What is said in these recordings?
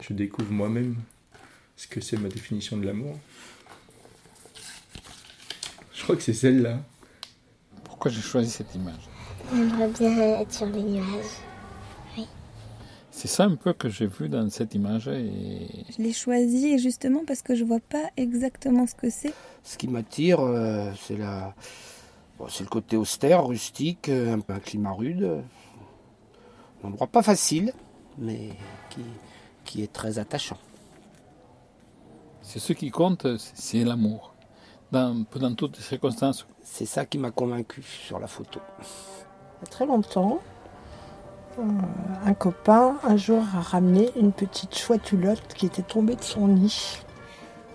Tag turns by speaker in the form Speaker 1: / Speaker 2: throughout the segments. Speaker 1: je découvre moi-même ce que c'est ma définition de l'amour. Je crois que c'est celle-là.
Speaker 2: Pourquoi j'ai choisi cette image
Speaker 3: J'aimerais bien être sur les nuages.
Speaker 2: C'est ça un peu que j'ai vu dans cette image et
Speaker 4: Je l'ai choisi et justement parce que je vois pas exactement ce que c'est.
Speaker 5: Ce qui m'attire, euh, c'est la... bon, c'est le côté austère, rustique, euh, un peu un climat rude. euh, Un endroit pas facile, mais qui, qui est très attachant.
Speaker 2: c'est ce qui compte, c'est- c'est l'amour. Dans, dans toutes les circonstances,
Speaker 5: C'est ça qui m'a convaincu sur la photo.
Speaker 6: Il y a très longtemps, euh, un copain un jour a ramené une petite chouette hulotte qui était tombée de son nid.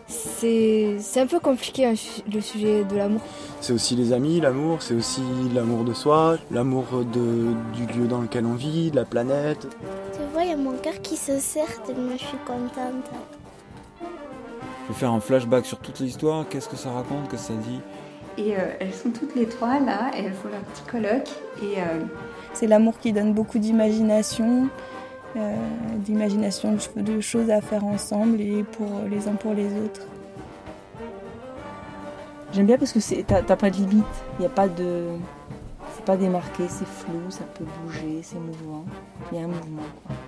Speaker 7: C'est c'est un peu compliqué hein, su- le sujet de l'amour.
Speaker 8: C'est aussi les amis, l'amour, c'est aussi l'amour de soi, l'amour de, du lieu dans lequel on vit, de la planète.
Speaker 3: Tu vois, il y a mon cœur qui se serre tellement je suis contente.
Speaker 9: Je vais faire un flashback sur toute l'histoire, qu'est-ce que ça raconte, qu'est-ce que ça dit.
Speaker 10: Et euh, elles sont toutes les trois là, elles font leur petit colloque. Et euh,
Speaker 4: C'est l'amour qui donne beaucoup d'imagination, euh, d'imagination de ch- de choses à faire ensemble et pour les uns pour les autres.
Speaker 11: J'aime bien parce que c'est- t'as t'as pas de limite, il n'y a pas de. C'est pas démarqué, c'est flou, ça peut bouger, c'est mouvant. Il y a un mouvement. quoi.